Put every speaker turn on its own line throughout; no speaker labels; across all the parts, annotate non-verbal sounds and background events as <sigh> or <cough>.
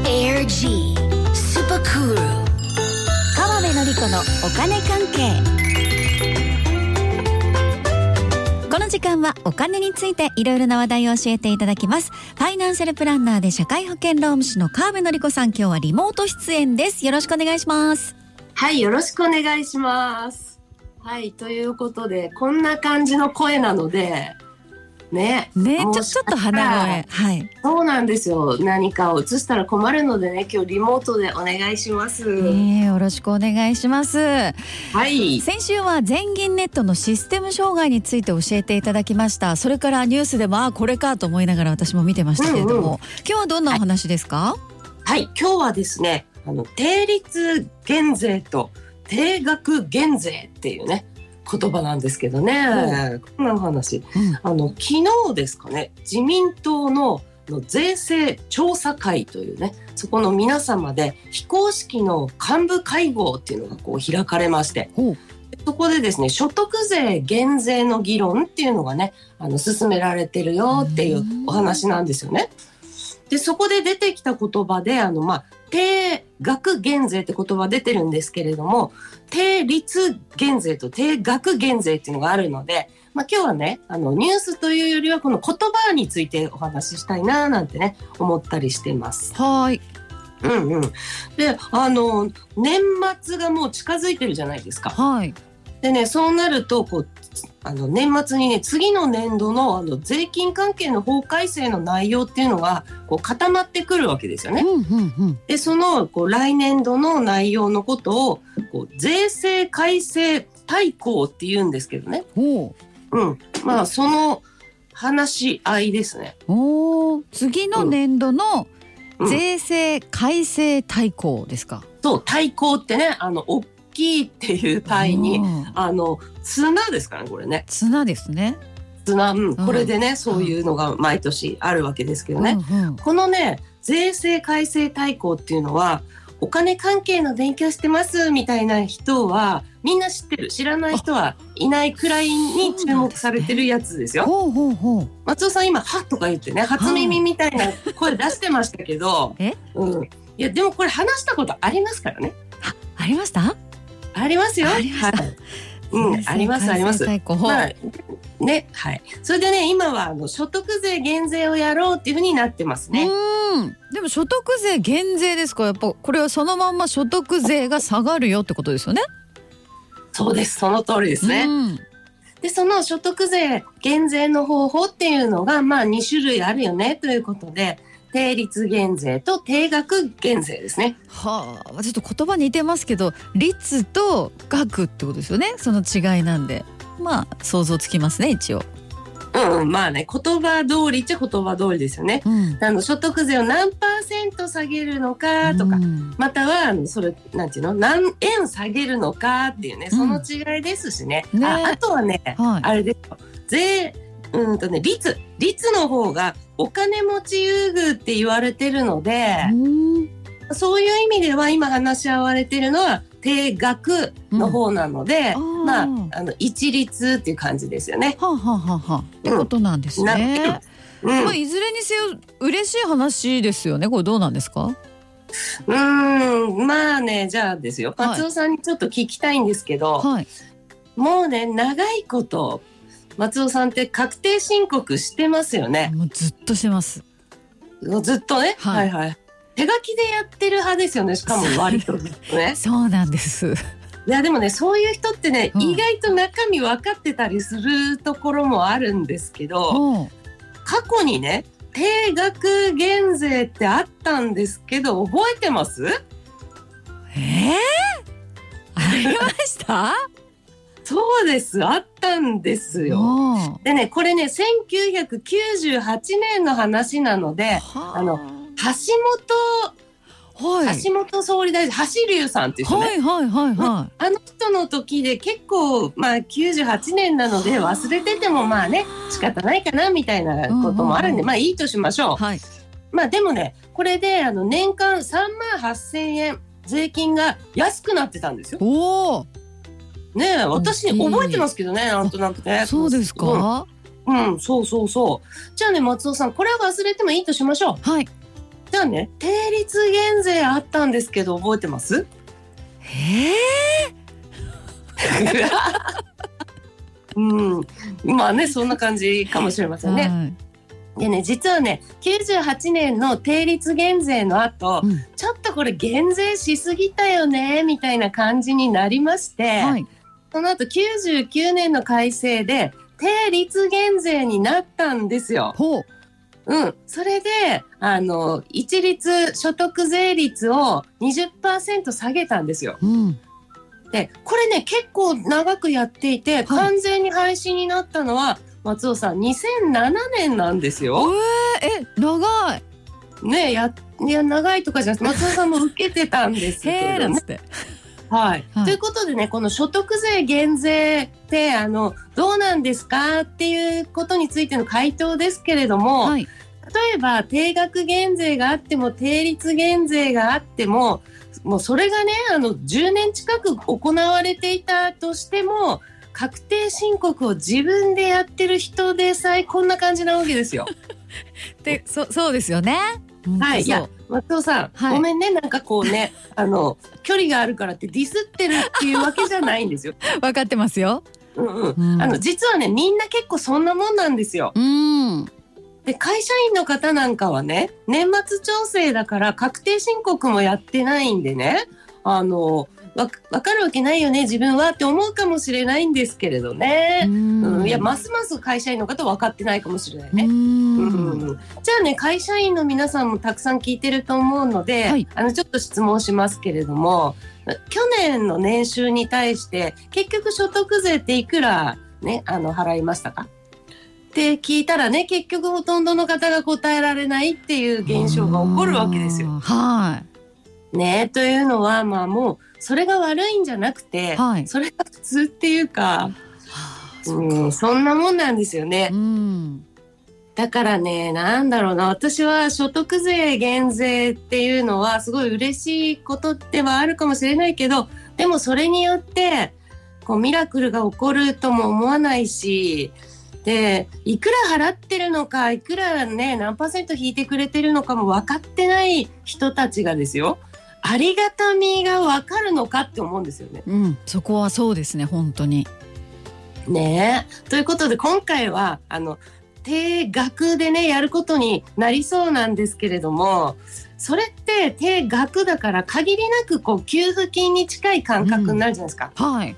G スーパークール川辺典子のお金関係この時間はお金についていろいろな話題を教えていただきますファイナンシャルプランナーで社会保険労務士の川辺典子さん今日はリモート出演ですよろしくお願いします
はい、よろしくお願いします。はい、ということで、こんな感じの声なので、ね、
ね
もう
ちょちょっと鼻声はい
そうなんですよ。何かを映したら困るのでね、今日リモートでお願いします。
ねえよろしくお願いします
はい、
先週は全銀ネットのシステム障害について教えていただきましたそれからニュースでもあこれかと思いながら私も見てましたけれど
うん
も、
うん
今日はどんなお話ですか、
はい、今日はですね、あの定率減税と定額減税っていうね。言葉なんですけどね、こんなお話
うん
あの昨日ですかね自民党のあの税制調査会というねそこの皆様で非公式の幹部会合っていうのがこう開かれまして
ほう
そこでですね所得税減税の議論っていうのがねあの進められてるよっていうお話なんですよね。でそこで出てきた言葉であの、まあ、定額減税って言葉出てるんですけれども定率減税と定額減税っていうのがあるので、まあ、今日はねあのニュースというよりはこの言葉についてお話ししたいななんてね思ったりしています。
はーい
うんうん、であの年末がもう近づいてるじゃないですか。
はい
でねそうなるとこうあの年末にね次の年度のあの税金関係の法改正の内容っていうのがこう固まってくるわけですよね。
うんうんうん
でそのこう来年度の内容のことをこう税制改正大綱って言うんですけどね、
ほう
うん、まあその話し合いですね。
おー次の年度の
うん
税制改正大綱ですか、
そう大綱ってねあの大きいっていう単位
う
に
ん
あの綱ですからねこれね
綱ですね
綱、うん
ん
これでねそういうのが毎年あるわけですけどね。
うんうん
このね税制改正大綱っていうのはお金関係の勉強してますみたいな人はみんな知ってる知らない人はいないくらいに注目されてるやつですよ。
ほうほうほう
松尾さん今「は」とか言ってね初耳みたいな声出してましたけど、
え
うん、いやでもこれ話したことありますからね。
ありました
ありますよ。
ありました
はいうん、ありますあります
税。制改正大綱、
まあねはい、それでね今はあの所得税減税をやろうっていうふうになってますね。
うん。でも所得税減税ですからやっぱこれはそのまんま所得税が下がるよってことですよね。
そうですその通りですね。
うん
でその所得税減税の方法っていうのがまあ2種類あるよねということで定率減税と定額減税ですね。
はあ、ちょっと言葉似てますけど率と額ってことですよねその違いなんでまあ想像つきますね一応、
うん、うん、まあね言葉通りっちゃ言葉通りですよね。
うん、
あの所得税を何パーセント下げるのかとか、
うん
またはあのそれなんていうの何円下げるのかっていうねその違いですしね。
うんね
ああとはね、
はい
あれですよ税うんとね率率の方がお金持ち優遇って言われてるので。
うん
そういう意味では今話し合われてるのは定額の方なので、
うん
まあ
あ
あの一律っていう感じですよね。
はあはあはあはあってことなんですね。
う
ま
ん
あ、いずれにせよ嬉しい話ですよねこれどうなんですか
うんまあねじゃあですよ
はい
松尾さんにちょっと聞きたいんですけど、
はい
もうね長いこと松尾さんって確定申告してますよね、
もうずっとしてます。
ずっとね、
は
はいい、はい手書きでやってる派ですよねしかも割とずっとね
そうなんです。
いやでもねそういう人ってね、
うん
意外と中身分かってたりするところもあるんですけど、
うん
過去にね定額減税ってあったんですけど覚えてます
ええありました。
そうですあったんですよ。
よ。
でねこれね1998年の話なので
は
あの橋本、
はい。
橋本総理大臣橋龍さんっていう人ね、
はいはいはいは
あの人の時で結構まあ98年なので忘れててもまあね仕方ないかなみたいなこともあるん
うんうんう
で
ん
まあいいとしましょう
い。。はい。
まあでもねこれであの年間3万8,000円税金が安くなってたんですよ。
おお。
ねえ私
大きい
覚えてますけどねなんとなくね。
そうですか。
うん、うんそうそうそう。じゃあね松尾さんこれは忘れてもいいとしましょう。
はい。
じじゃあね定率減税あったんですけど覚えてます
<laughs> え
うん、まあねそんな感じかもしれま
え
せんね。でね実はね98年の定率減税の後、
うん
ちょっとこれ減税しすぎたよねみたいな感じになりまして、
はい。
その後99年の改正で定率減税になったんですよ。
ほう。
うん、それであの一律所得税率を20%下げたんですよ。
うん。
でこれね結構長くやっていて、完全に廃止になったのは松尾さん2007年なんですよ。
えー、え、長い。
ねえやいや長いとかじゃなくて松尾さんも受けてたんです
<laughs> へ
け
え、
ど
なん
ね
つ。って。
はい
はい
ということでねこの所得税減税ってあのどうなんですかっていうことについての回答ですけれども、
はい。
例えば定額減税があっても定率減税があってももうそれがねあの10年近く行われていたとしても確定申告を自分でやってる人でさえこんな感じなわけですよ。
で、そう、そうですよね。うん
はい、い
そ
や
う。
松尾さん、
はい
ごめんねなんかこうねあの距離があるからってディスってるっていうわけじゃないんですよ。
分かってますよ。
うんうん
うん
あの実はねみんな結構そんなもんなんですよ。
うん。
で会社員の方なんかはね年末調整だから確定申告もやってないんでねあのわ分かるわけないよね自分はって思うかもしれないんですけれどね、うんいやますます会社員の方分かってないかもしれないね。
ん
うんじゃあね会社員の皆さんもたくさん聞いてると思うので、
はい
あのちょっと質問しますけれども去年の年収に対して結局所得税っていくら、ね、あの払いましたかって聞いたらね結局ほとんどの方が答えられないっていう現象が起こるわけですよ。
あーは
ね、というのはまあもうそれが悪いんじゃなくて、
はい
それが普通っていうか、
い。はあそう
うん、そんなもんなんですよね。
うん。
だからね、なんだろうな、私は所得税減税っていうのはすごい嬉しいことではあるかもしれないけど、でもそれによって、こうミラクルが起こるとも思わないし、で、いくら払ってるのか、いくらね、何パーセント引いてくれてるのかも分かってない人たちがですよ、ありがたみが分かるのかって思うんですよね。
うん。そこはそうですね。本当に。
ねえ。ということで今回はあの定額でねやることになりそうなんですけれどもそれって定額だから限りなくこう給付金に近い感覚になるじゃないですか、
はい。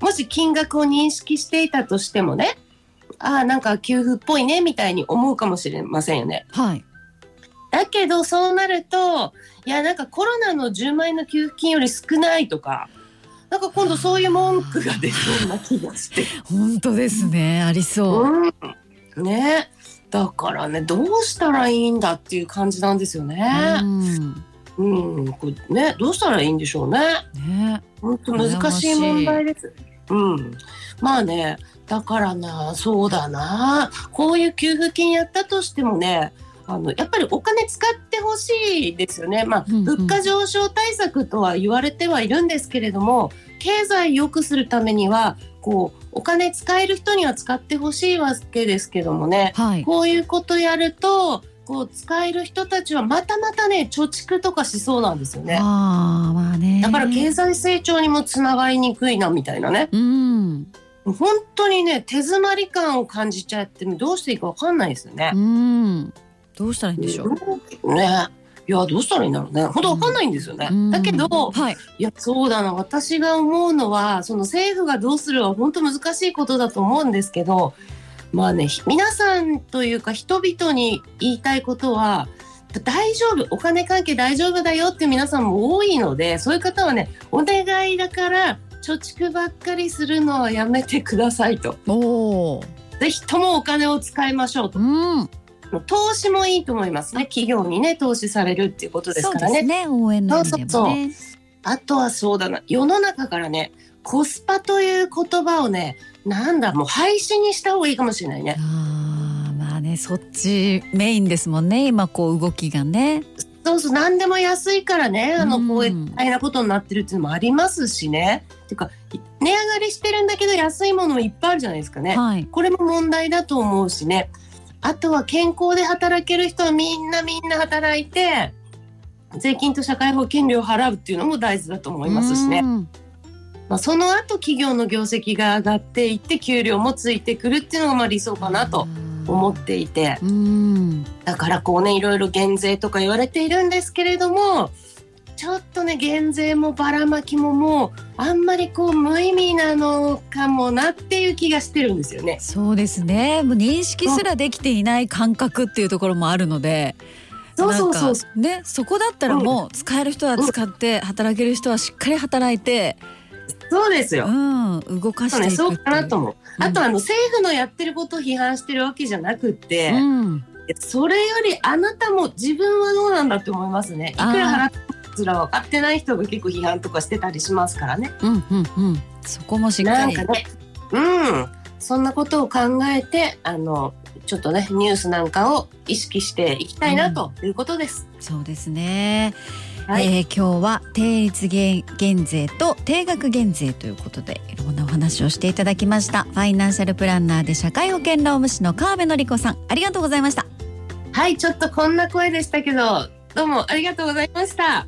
もし金額を認識していたとしてもねああなんか給付っぽいねみたいに思うかもしれませんよね
はい。
だけどそうなるといやなんかコロナの10万円の給付金より少ないとかなんか今度そういう文句が出そうな気がして
本当ですね。ありそう。
うん、ねだからねどうしたらいいんだっていう感じなんですよ
う
ね。
ん
うん、これねどうしたらいいんでしょうね。
ね。
本当難しい問題です。うん、まあねだからなそうだなこういう給付金やったとしてもねあのやっぱりお金使ってほしいですよね、まあ、
うんうん
物価上昇対策とは言われてはいるんですけれども経済良くするためにはこうお金使える人には使ってほしいわけですけどもね
はい。
こういうことやるとこう使える人たちはまたまたね貯蓄とかしそうなんですよね。
ああ、まあね。
だから経済成長にもつながりにくいなみたいなね
うん。
本当にね手詰まり感を感じちゃってどうしていいかわかんないですよね
う。ん。どうしたらいいんでしょう。
ねいやどうしたらいいんだろうね本当わかんないんですよね。
うん
だけど
はい。
いやそうだな私が思うのはその政府がどうするは本当難しいことだと思うんですけどまあねひ皆さんというか人々に言いたいことは大丈夫お金関係大丈夫だよっていう皆さんも多いのでそういう方はねお願いだから貯蓄ばっかりするのはやめてくださいと
おお。
ぜひともお金を使いましょうと
うん。
投資もいいと思いますね企業にね投資されるっていうことです
そう
か
で
らね
すね。応援の意味でもね。
あとはそうだな世の中からねコスパという言葉をねなんだもう廃止にした方がいいかもしれないね。
ああ、まあね、そっちメインですもんね。今こう動きがね。
そうそう何でも安いからねあの
うん
こういう大変なことになってるっていうのもありますしね。ていうかい値上がりしてるんだけど安いものもいっぱいあるじゃないですかね。
はい。
これも問題だと思うしねあとは健康で働ける人はみんなみんな働いて税金と社会保険料を払うっていうのも大事だと思いますしね、
うん
まあ、その後企業の業績が上がっていって給料もついてくるっていうのがまあ理想かなと思っていて
うん
だからこうねいろいろ減税とか言われているんですけれどもちょっとね減税もばらまきももうあんまりこう無意味なのかもなっていう気がしてるんですよね。
そうですねもう認識すらできていない感覚っていうところもあるので
そうそうそう
なんかね、そこだったらもう使える人は使って働ける人はしっかり働いて、
そうですよ
うん、動か
そ
し
う
て
ね、
いくっ
そ
てい
うかなと思う。
うん
あとあの政府のやってることを批判してるわけじゃなくって、
うん、
それよりあなたも自分はどうなんだって思いますね。いく
あー
ら払ってもすら分かってない人が結構批判とかしてたりしますからね。
うんうんうんそこもしっか
なん
り
かね、うん、そんなことを考えてあのちょっとねニュースなんかを意識していきたいなということです。
そうですね、
はい、
えー今日は定率減減税と定額減税ということでいろんなお話をしていただきましたファイナンシャルプランナーで社会保険労務士の川辺典子さんありがとうございました
はい、ちょっとこんな声でしたけど、どうもありがとうございました。